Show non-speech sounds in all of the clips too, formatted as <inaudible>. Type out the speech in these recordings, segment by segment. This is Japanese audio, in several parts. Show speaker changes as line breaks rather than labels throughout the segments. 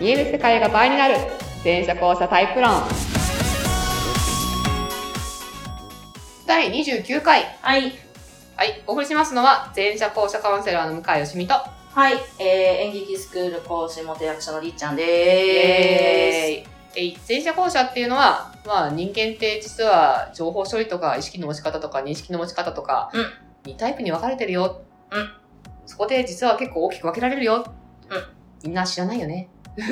見える世界が倍になる全社交差タイプ論第29回
はい。
はいお送りしますのは全社交社カウンセラーの向井よしみと
はい。えー、演劇スクール講師元役者のりっちゃん
イ
でーす。
エーイえ全社交社っていうのはまあ人間って実は情報処理とか意識の持ち方とか認識の持ち方とか、
うん
2タイプに分かれてるよ、
うん
そこで実は結構大きく分けられるよ、みんな知らないよね <laughs> 知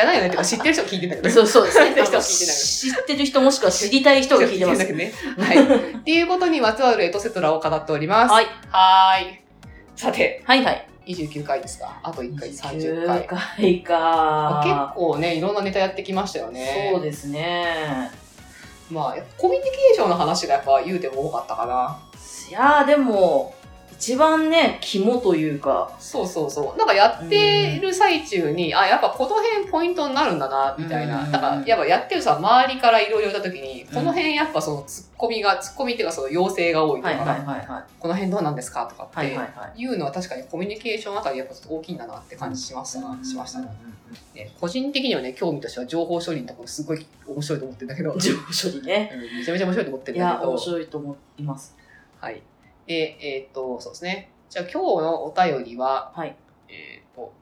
らないよねってか知ってる人が聞いてんだけど
そうそうですね。
<laughs> 人は聞いてない
あの知ってる人もしくは知りたい人が聞いてます。
ね。
<laughs>
はい。っていうことにまつわるエトセトラを語っております。
はい。
はーい。さて、
はいはい。
29回ですか。あと1回、30
10
回。
回
結
か。
構ね、いろんなネタやってきましたよね。
そうですね。
まあ、やっぱコミュニケーションの話がやっぱ言うても多かったかな。
いやーでも、一番ね、肝というか、
そうそうそう。なんかやってる最中に、あ、やっぱこの辺ポイントになるんだな、みたいな。
うん
だから、やっぱやってるさ、周りからいろいろ言った時に、この辺やっぱそのツッコミが、ツッコミっていうかその要請が多いと
はい
か、
はいはいは
この辺どうなんですかとかって、
い。はいはいはい。
いうのは確かにコミュニケーションあたりやっぱ大きいんだなって感じしましたな、しましたねね個人的にはね、興味としては情報処理のところすごい面白いと思ってるんだ
<laughs>
けど、
情報処理ね。
うんめちゃめちゃ面白いと思って
い
るんだ
や、
けど
面、白いと思います。
はい。で、えーっと、そうですね。じゃあ今日のお便りは、
はい
えーっと、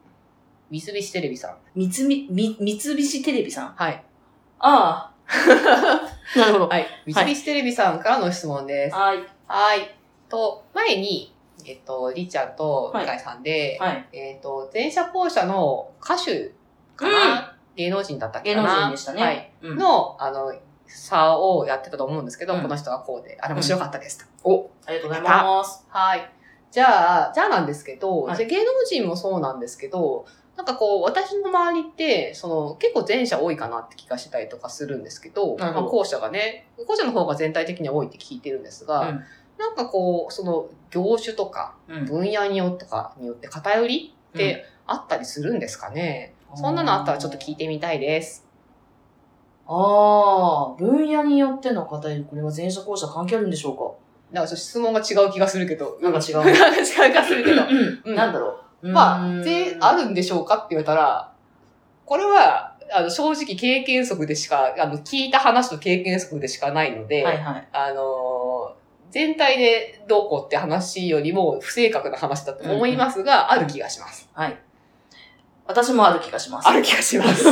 三菱テレビさん。
三つみ、み三菱テレビさん。
はい。 <laughs>
ああ。なるほど。
はい。三菱テレビさんからの質問です。
はい。
はい。と、前に、えーっと、りーちゃんと向井さんで、
はい。
えっ、と、前者後者の歌手かな、芸能人だったっけ
芸
か
能
な
人でしたね。
はい。
うん
の、あの、差をやってたと思うんですけど、
うん
この人はこうで、あれ面白かったですと。お
ありがとうございます。
はい。じゃあ、じゃあなんですけど、
はい
じゃあ芸能人もそうなんですけど、なんかこう、私の周りって、その、結構前者多いかなって気がしてたりとかするんですけど、
なるほど
まあ後者がね、後者の方が全体的には多いって聞いてるんですが、
う
なんかこう、その、業種とか、
ん
分野によってかによって偏りってあったりするんですかね、そんなのあったらちょっと聞い。てみたいです。
ああ、分野によっての方で、これは前者後者関係あるんでしょ
なんかちょっと質問が違う気がするけど。
なんか違う
なんか違う気がするけ
う
ど
か。。うん
うん
なんだろう。
ま
う
あ、
ん
で、あるんでしょうかって言われたら、これは、あの、正直経験則でしか、あの、聞いた話と経験則でしかないので、
はいはい。
あのー全体でどうこうって話よりも不正確な話だと思いますが、
うん
ある気がします。
はい。私もある気がします。
ある気がします。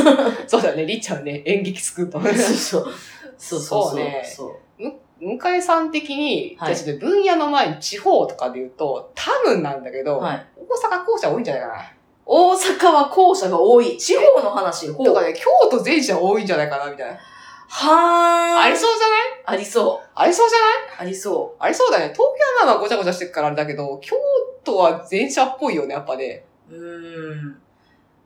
そうだね、りっちゃんね、演劇スクープ。
<laughs> そうそう。そうそう
そうね
そう
向井さん的に、
はい
じゃあちょっと分野の前に地方とかで言うと、多分なんだけど、
はい。
大阪校舎多いんじゃないかな。
大阪は後者が多い。地方の話。ほう
とかね、京都全社多いんじゃないかな、みたいな。
はー
ありそうじゃない
ありそう。
ありそうじゃない
ありそう。
ありそうだね。東京はまあまあごちゃごちゃしてるからあれだけど、京都は全社っぽいよね、やっぱね。
うーん。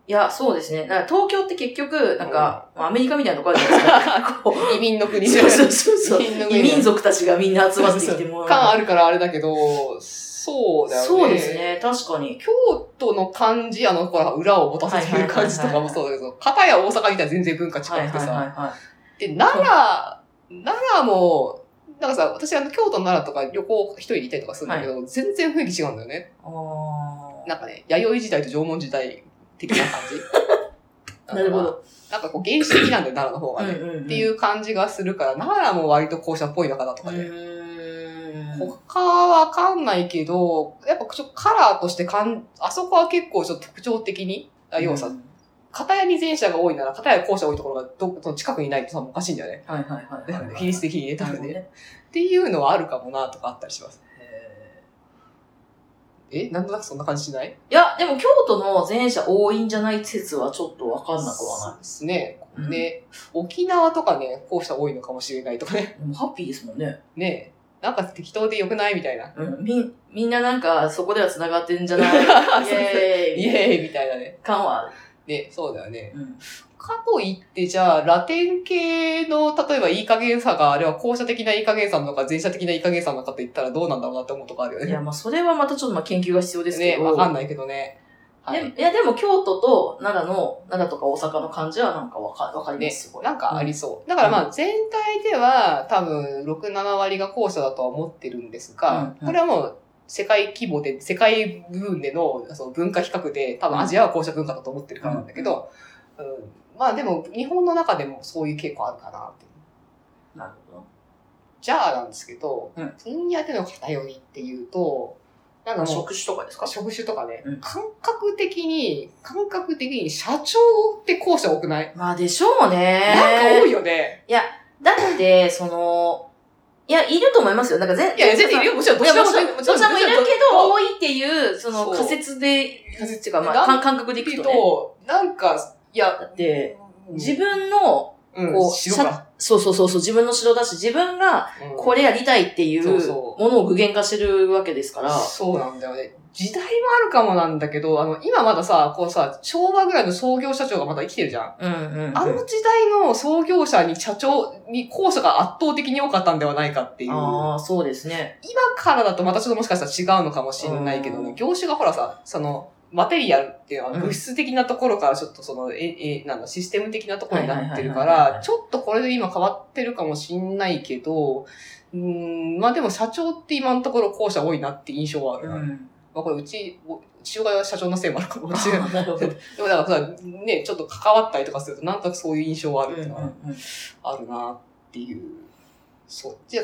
いや、そうですね。だから東京って結局、なんか、まあアメリカみたいなとこあるじゃない
<laughs>
ですか。こう
移民の国
そうそうそうそう。
<laughs> 移民の
異
国
民族たちがみんな集まってきても
感あ
る。
るからあれだけど、そうだよね。
そうです。ね、確かに。
京都の感じ、あの、ほら、裏を持たせてる感じとかもそうだけど、片や大阪みたいな全然文化違くてさ、
はいはいはいは
で、奈良、奈良も、なんかさ、私あの、京都の奈良とか旅行一人で行ったりとかするんだけど、全然雰囲気違うんだよね。
い。
なんかね、弥生時代と縄文時代的な感じ。
あ <laughs> ーなるほ。ど。
なんかこう、原始的なんだよ、奈良の方がね。
っ
っていうう感じがするから、奈良も割と校舎っぽいのかなとか
ん
ね。
うん。うーん
他はわかんないけど、やっぱちょっとカラーとしてかん、あそこは結構ちょっと特徴的に、あ要はさ、片やに前者が多いなら、片や校舎多いところがどその近くにないとさ、おかしいんだよね。
はいはいは
<laughs>
いはいはい。
比率的にね、多分ね。
なる
っていうのはあるかもなとかあったりします。
ほどねへ
え、なんとなくそんな感じしない
ーいや、でも京都の前者多いんじゃない説はちょっとわかんなくは
そうですね。
うん
ね、沖縄とかね、こうした多いのかもしれないとかね。 <laughs>
ない。でもハッピーですもんね。
ねなんか適当で良くないみたいな。
うん。みん、みんななんかそこでは繋がってんじゃないイエー
<laughs>
イ
イエーイみたいなね。
感はある。
ね、そうだよね。
うん。
かといって、じゃあ、ラテン系の、例えばいい加減さが、あれは後者的ないい加減さなのか、前者的ないい加減さなのかと言ったらどうなんだろうなって思うとこあるよ
い
ね。
や、まあそれはまたちょっとまあ研究が必要です
ね、
けど。
わかんないけどね。は
で
い。
いや、でも京都と奈良の、奈良とか大阪の感じはなんかわかわかります、すごい。
なんかありそう。だからまあ全体では多分6、7割が後者だとは思ってるんですが、
うんうん
これはもう世界規模で、世界部分でのその文化比較で、多分アジアはこうした文化だと思ってるからなんだけど、うんまあでも日本の中でもそういう傾向あるかなって。
なるほど。
じゃあなんですけど、
うん
分野での偏りっていうと、なんかもう
職種とかですか
職種とかね、
うん
感覚的に、感覚的に社長って後者多くない、
まあでしょうね。
なんか多いよね。
だって、その、いや、いると思いますよ。なんか全
いや、全然いるよ。もちろん、
い
ど
や、
ちら
も
も
ちろん、どちらもいるけど、多いっていう、その
そう
仮説で、仮説っていうか、ま
な
あ、
ん
感感覚でい
け
くとね。
ど、なんか、いや、
だって、
うん
自、分の、
うん、
こう、
白
社
が、
そうそうそうそう、自分の指導だし、自分が
うん
これやりたいっていう
そう
も
そう
のを具現化してるわけですから。
そうなんだよね。時代もあるかもなんだけど、あの、今まださ、こうさ、昭和ぐらいの創業社長がまだ生きてるじゃん。
うんうんうん。
あの時代の創業者に社長に後者が圧倒的に多かったんではないかっていう。
ああ、そうですね。
今からだとまたちょっともしかしたら違うのかもしれないけど
う
ね
ん。
業種がほらさ、その、マテリアルっていうのは
うん
物質的なところからちょっとその、え、え、なんだ、システム的なところになってるか
はいはいはいはいは
ら
い、
ちょっとこれで今変わってるかもしんないけど、うーん、まあでも社長って今のところ後者多いなって印象はあるな。ま
ん。
あこれうち、お父親は社長のせいもあるかもしれ
<laughs>
ない。
なるほど。
でもなんかさ、ね、ちょっと関わったりとかするとなんとなくそういう印象はあ
うん
る
う
っていう
んう
のは
ん。
あるなっていう。そう。じゃ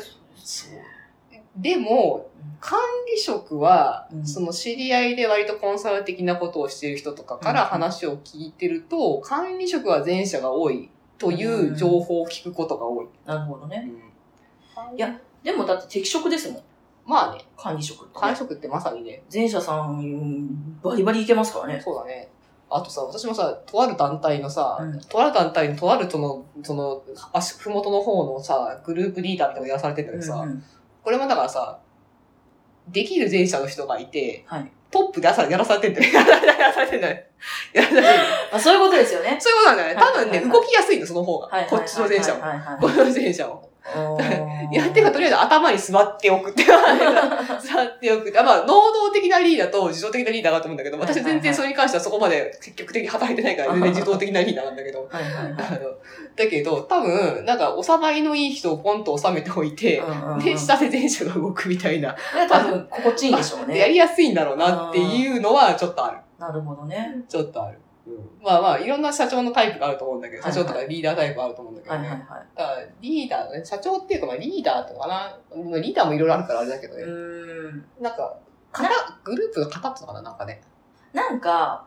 でも、管理職は、
うん
その知り合いで割とコンサル的なことをしている人とかから
うん
話を聞いてると、管理職は前者が多いという情報を聞くことが多い。
なるほどね。
うん
いや、でもだって適職ですもん。
まあね、
管理職ってね。
管理職ってまさにね、
前者さんうん、バリバリいけますからね。
そうだね。あとさ、私もさ、とある団体のさ、
うん
とある団体のとあるとの、その、足、ふもとの方のさ、グループリーダーみたいなのやらされてんだけどさ、
うんうん
これもだからさ、できる前者の人がいて、
はい
トップで朝やらされてん
<laughs>
だよ。やらされてんだよ。やらされてんだよ。
まあ、そういうことですよね。
そういうことなんだよね。
は
多
い
分ね、
はいはい
動きやすいの、その方が。こっちの前者も。
はいはい
この前者も。
はいはい。
いや、てか、とりあえず頭に座っておくって。
<laughs>
座っておくって。あまあ、能動的なリーダーと自動的なリーダーだと思うんだけど、
はいはい
私
はい
全然それに関してはそこまで積極的に働いてないから、全然自動的なリーダーなんだけど。
はいはいは
あのだけど、多分、なんか、収まりのいい人をポンと収めておい
い。
て、
うんうんうん
で、下で前者が動くみたいな。
多分、心地いいんでしょう
や
ね。
りやすいんだろうなっていうのはちょっとある。
なるほどね。
ちょっとある。まあまあ、いろんな社長のタイプがあると思うんだけど、
はい
社
はい
長とかリーダータイプがあると思うんだけ
は
ど
いはいは
ね。だからリーダーね、社長っていうかまあリーダーとかな、まあリーダーもいろいろあるからあれだけど
い。う
ね。
ーん。
なんか、型、グループの型っていうのかな、なんかね。
なんか、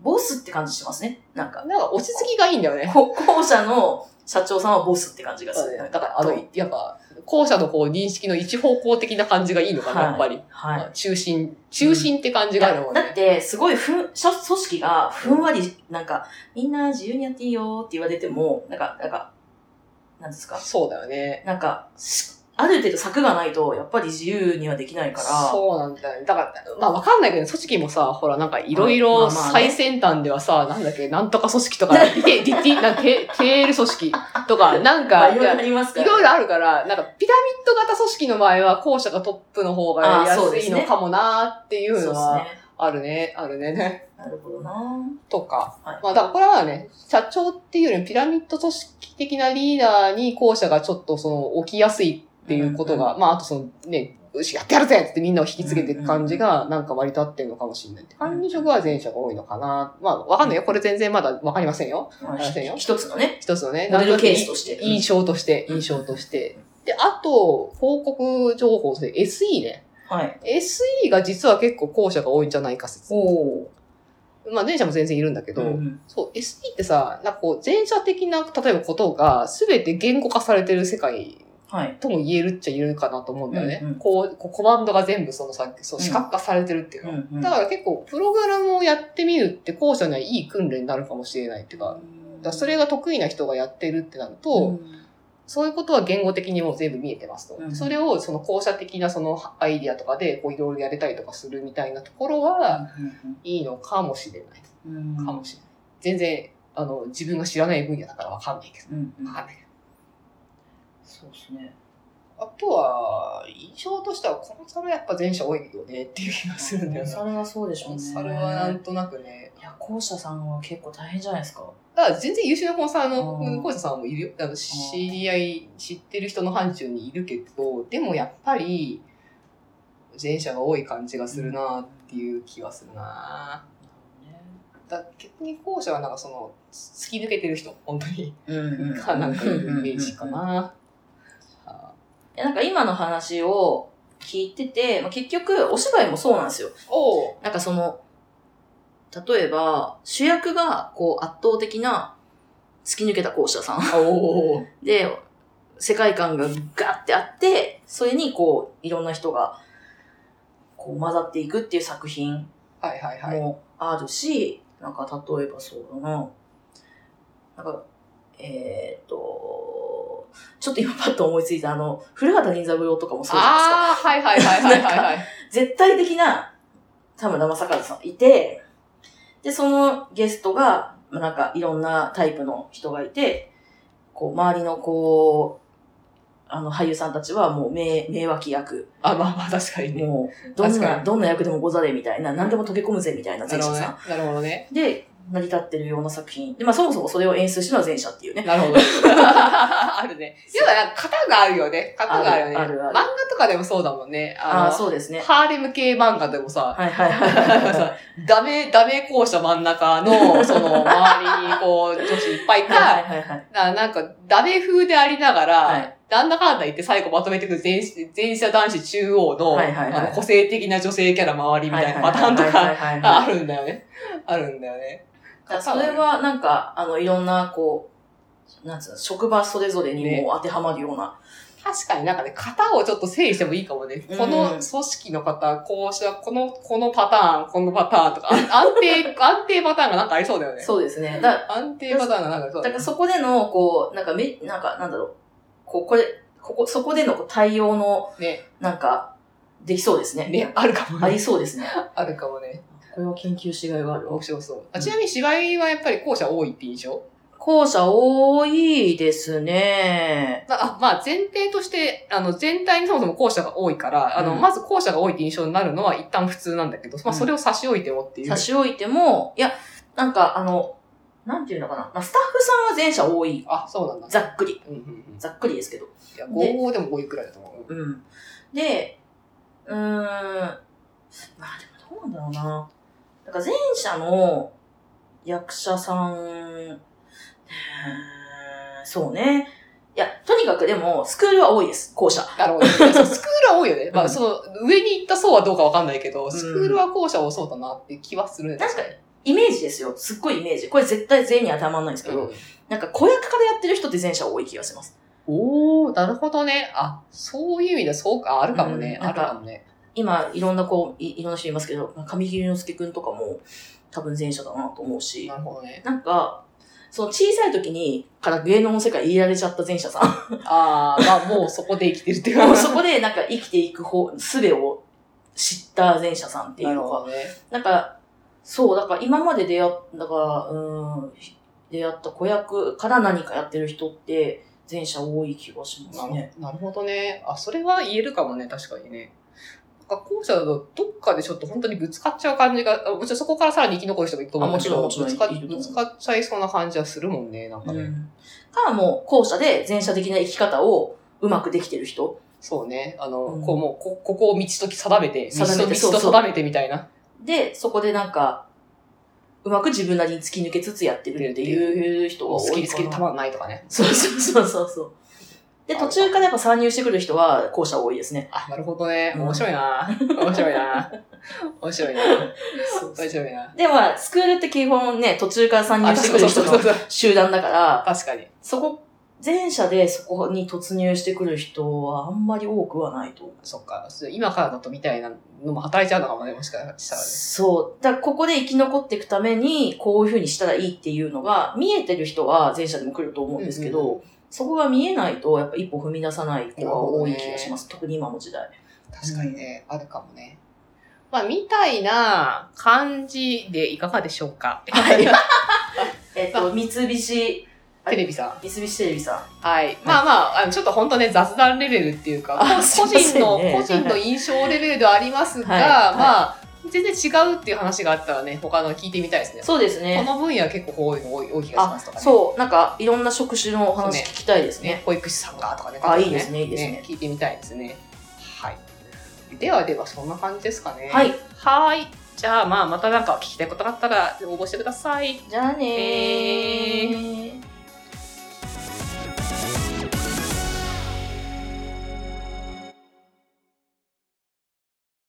ボスって感じしますね。なんか、
なんか落ち着きがいいんだよ <laughs> ね。
こ後者の社長さんはボスって感じがする。
だから、あの、やっぱ、後者のこう認識の一方向的な感じがいいのかな、
はい
やっぱり。
はい。
まあ中心、中心って感じがあるもん
だっ
ね。
て、すごいふん、しょ組織がふんわり、なんか、みんな自由にやっていいよって言われても、なんか、なんか、なんですか、
そうだよね。
なんか、しある程度策がないと、やっぱり自由にはできないから、
そうなんだよ、ね。だから、まあわかんないけど、組織もさ、ほら、なんかいろい
まあ
ろ
まあまあね
最先端ではさ、なんだっけ、なんとか組
<laughs>
織とか、ディテ、ディテ、なんテ、テール組織とか、なん
ま
か、
あ
い
いろいろあ
や
りますか
い
らね、
ろいろあるから、なんかピラミッド型組織の場合は、後者がトップの方が
あそう
安
で
い
す
の
ね
かもなーっていう
そ
の
うです
は、
ね。
あるね、あるね、
なるほどな
とか。
はい。
まあだからこれはね、社長っていうよりもピラミッド組織的なリーダーに後者がちょっとその起きやすいっていうことが、まああとそのね、よし、やってやるぜってみんなを引きつけていく感じが、なんか割と合ってるのかもしれない。管理職は前者が多いのかな。まあわかんないよ。これ全然まだわかりませんよ。
まあ
してよ
一つのね、
一つのね。
モデルケース
なんと
として。
なく印象として、
うん
印象として。で、あと、広告情報で SE ね。
はい。
SE が実は結構後者が多いんじゃないか説。
おー。
まあ前者も全然いるんだけど、
うん
そう、SE ってさ、なんかこう、前者的な、例えばことが、すべて言語化されてる世界
はい。
とも言えるっちゃ言えるかなと思うんだよね。
うんうん
こう、こうコマンドが全部そのさ、そう、視覚化されてるっていう
う
の。
んうん
だから結構、プログラムをやってみるって、後者にはいい訓練になるかもしれないっていうか、だからそれが得意な人がやってるってなると、
うん
そういうことは言語的にもう全部見えてますと。
うん
それをその校舎的なそのアイディアとかでこういろいろやれたりとかするみたいなところは、いいのかもしれない。
うん
かもしれない。全然、あの、自分が知らない分野だからわかんないけど。
うんうん
わかんないけど。
そうですね。
あとは、印象としてはコンサルはやっぱ前者多いよねっていう気がするんだよ
コンサ
な。
ルはそうでしょ
コ
うね。
ンサルはなんとなくね。
いや、校舎さんは結構大変じゃないですか。
だから全然優秀なコンサルの
うん
講師さんもいるよ。あの知り合い、知ってる人の範疇にいるけど、でもやっぱり、前者が多い感じがするなっていう気がするなだ逆に後者はなんかその突き抜けてる人本当に
うんうん
かなんかいるイメージかな、あ
いやなんか今の話を聞いてて、まあ、結局お芝居もそうなんですよ。
おう
なんかその、例えば主役がこう圧倒的な突き抜けた校舎さん。
あおう
で、世界観がガってあって、それにこういろんな人がこう混ざっていくっていう作品
はいはいはい
もあるし、なんか例えばそうだな。なんか、えーっと、ちょっと今パッと思いついたあの、古畑任三郎とかもそうじゃないですか。
ああはいはいはいはいはいはい
<laughs> 絶対的な、田村正和さんいて、で、そのゲストが、まあなんかいろんなタイプの人がいて、こう、周りのこう、あの、俳優さんたちはもう名、名脇役。
あまあまあ確かにね
もう、どん
確か
な、
に
どんな役でもござれみたいな、何でも溶け込むぜみたいな
な
前
るほ
者
どね
さん。
なるほどね
で、成り立ってるような作品。で、まあそもそもそれを演出したのは前者っていうね。
なるほど。 <laughs> あるね。要はなんか型があるよね。型があるよね。
あるあるある
漫画とかでもそうだもんね。
ああー、
の
そうですね。
ハーレム系漫画でもさ、
はいはいはいはいは
<laughs>
い。
ダメ、ダメ校舎真ん中の、その、周りにこう、女子いっぱいい
はい
た、
はいはい。
ななんか、ダメ風でありながら、
はい
なんだかんだ言って最後まとめてくる前前者男子中央の、
はいはいは
あ
い
の個性的な女性キャラ周りみたいなパターンと
はいは
か、 <laughs>
いはいはいはい
あるんだよね。あるんだよね。
だからそれはなんか、あの、いろんな、こう、なんつうの、職場それぞれに
ね
もう当てはまるような。
確かになんかね、型をちょっと整理してもいいかもね。
うん
この組織の方、こうした、この、このパターン、このパターンとか、
<laughs>
あ安定、安定パターンがなんかありそうだよね。
そうですね。だ
安定パターンがなんかありそうだ
だか
ね
らそこでの、こう、なんかめ、なんか、なんだろう、こう、これ、ここ、そこでのこう対応の、
ね
なんか、できそうですね。
ね、あるかも
あ
ね。
りそう
<laughs>
ですね。
あるかもね。
これは研究しがいがある。
面白そう。あちなみに芝居はやっぱり校舎多いって印象
校舎多いですね。
まあ、あまあ、前提として、あの、全体にそもそも校舎が多いから、あの、
うん
まず校舎が多いって印象になるのは一旦普通なんだけど、まあ、それを差し置いてもっていう。
差し置いても、いや、なんか、あの、なんていうのかな。まあ、スタッフさんは全社多い。
あ、そうなんだ。
ざっくり。
うんうんうん。
ざっくりですけど。
いや、5でも5いくらいだと思う。
うん。で、うーん、まあでもどうなんだろうな。なんか前者の役者さん、うーんそうね。いや、とにかくでも、スクールは多いです、校舎。
なるほど。 <laughs> そうスクールは多いよね。ま
う
あ、
ん
その、上に行った層はどうかわかんないけど、スクールは校舎多そうだなって気はするね。
確かに、イメージですよ。すっごいイメージ。これ絶対全員に当てはまんないんですけど、なんか子役からやってる人って前者多い気がします。
おー、なるほどね。あ、そういう意味で、そうか、あるかもね。
うん
あるかもね。
今、いろんな子、いいろんな人いますけど、上木隆之介くんとかも、多分前者だなと思うし。
なるほどね。
なんか、その小さい時にから芸能の世界入れられちゃった前者さん。 <laughs>
あー、まあ、もうそこで生きてるっていう
もうそこでなんか生きていく方、術を知った前者さんってい
<laughs> な
う
る
の
ほ
が。
どね。
なんか、そう、だから今まで出会った、だから、うん、出会った子役から何かやってる人って前者多い気がします
なる
ね。
なるほどね。あ、それは言えるかもね、確かにね。なんか後者だとどっかでちょっと本当にぶつかっちゃう感じが、あもちろんそこからさらに生き残る人もいると思うんだけ
あ
ど、
もちろんも
ぶ
ち
つ
ろ
か
んいると思う
ぶつかっちゃいそうな感じはするもんね、なんか
う
ね。
ん。からもう後者で前者的な生き方をうまくできてる人。
そうね。あの、
うん
こうもうこ、ここを道と定めて、道
定め
と
てそう
道
そう
と定めてみたいな。
で、そこでなんか、うまく自分なりに突き抜けつつやってるっていう人が
好
多いかな。
きで好きでたまんないとかね。
そうそうそうそうそう。で、
ある
途
わ
中からやっぱ参入してくる人は、後者多いですね。
あ、なるほどね。
うん
面白い
<laughs>
な。面白いな。面白いな。面白いな。
で、まあ、スクールって基本ね、途中から参入
あ、
して
そ
く
うそ
る
うそ
人
うそう
の。集団だから、
確かに。
そこ、前者でそこに突入してくる人はあんまり多くはないと思う。
そっか。今からだとみたいなのも働いちゃうのかもね、もしかしたらね。
そう。だからここで生き残っていくために、こういうふうにしたらいいっていうのが、見えてる人は前者でも来ると思うんですけど、
うん
そこが見えないと、やっぱ一歩踏み出さない子が多い気がします。特に今の時代。
確かにね、あるかもね。まあ、みたいな感じでいかがでしょうか。
はい。えっと、三菱、
<laughs> テレビさん。
三菱テレビさん。
はい。まあまあ、あのちょっと本当ね、雑談レベルっていうか、
あ
個
そうです
人
ね
の、
はい
個人の印象レベルではありますが、
はいはい
まあ、全然違うっていう話があったらね、他の聞いてみたいですね。
そうです
こ
ね。
の分野は結構多いの多い多い気がしますとかね。
そう、なんかいろんな職種のお話聞きたいですね。
ね、保育士さんがとかね。
あ
とか
いいですねいいですね
聞いてみたいですね。はい。ではでは、そんな感じですかね。。
はいい。
はーい。じゃあ、まあ、またなんか聞きたいことがあったら応募してください。
じゃあねー。
え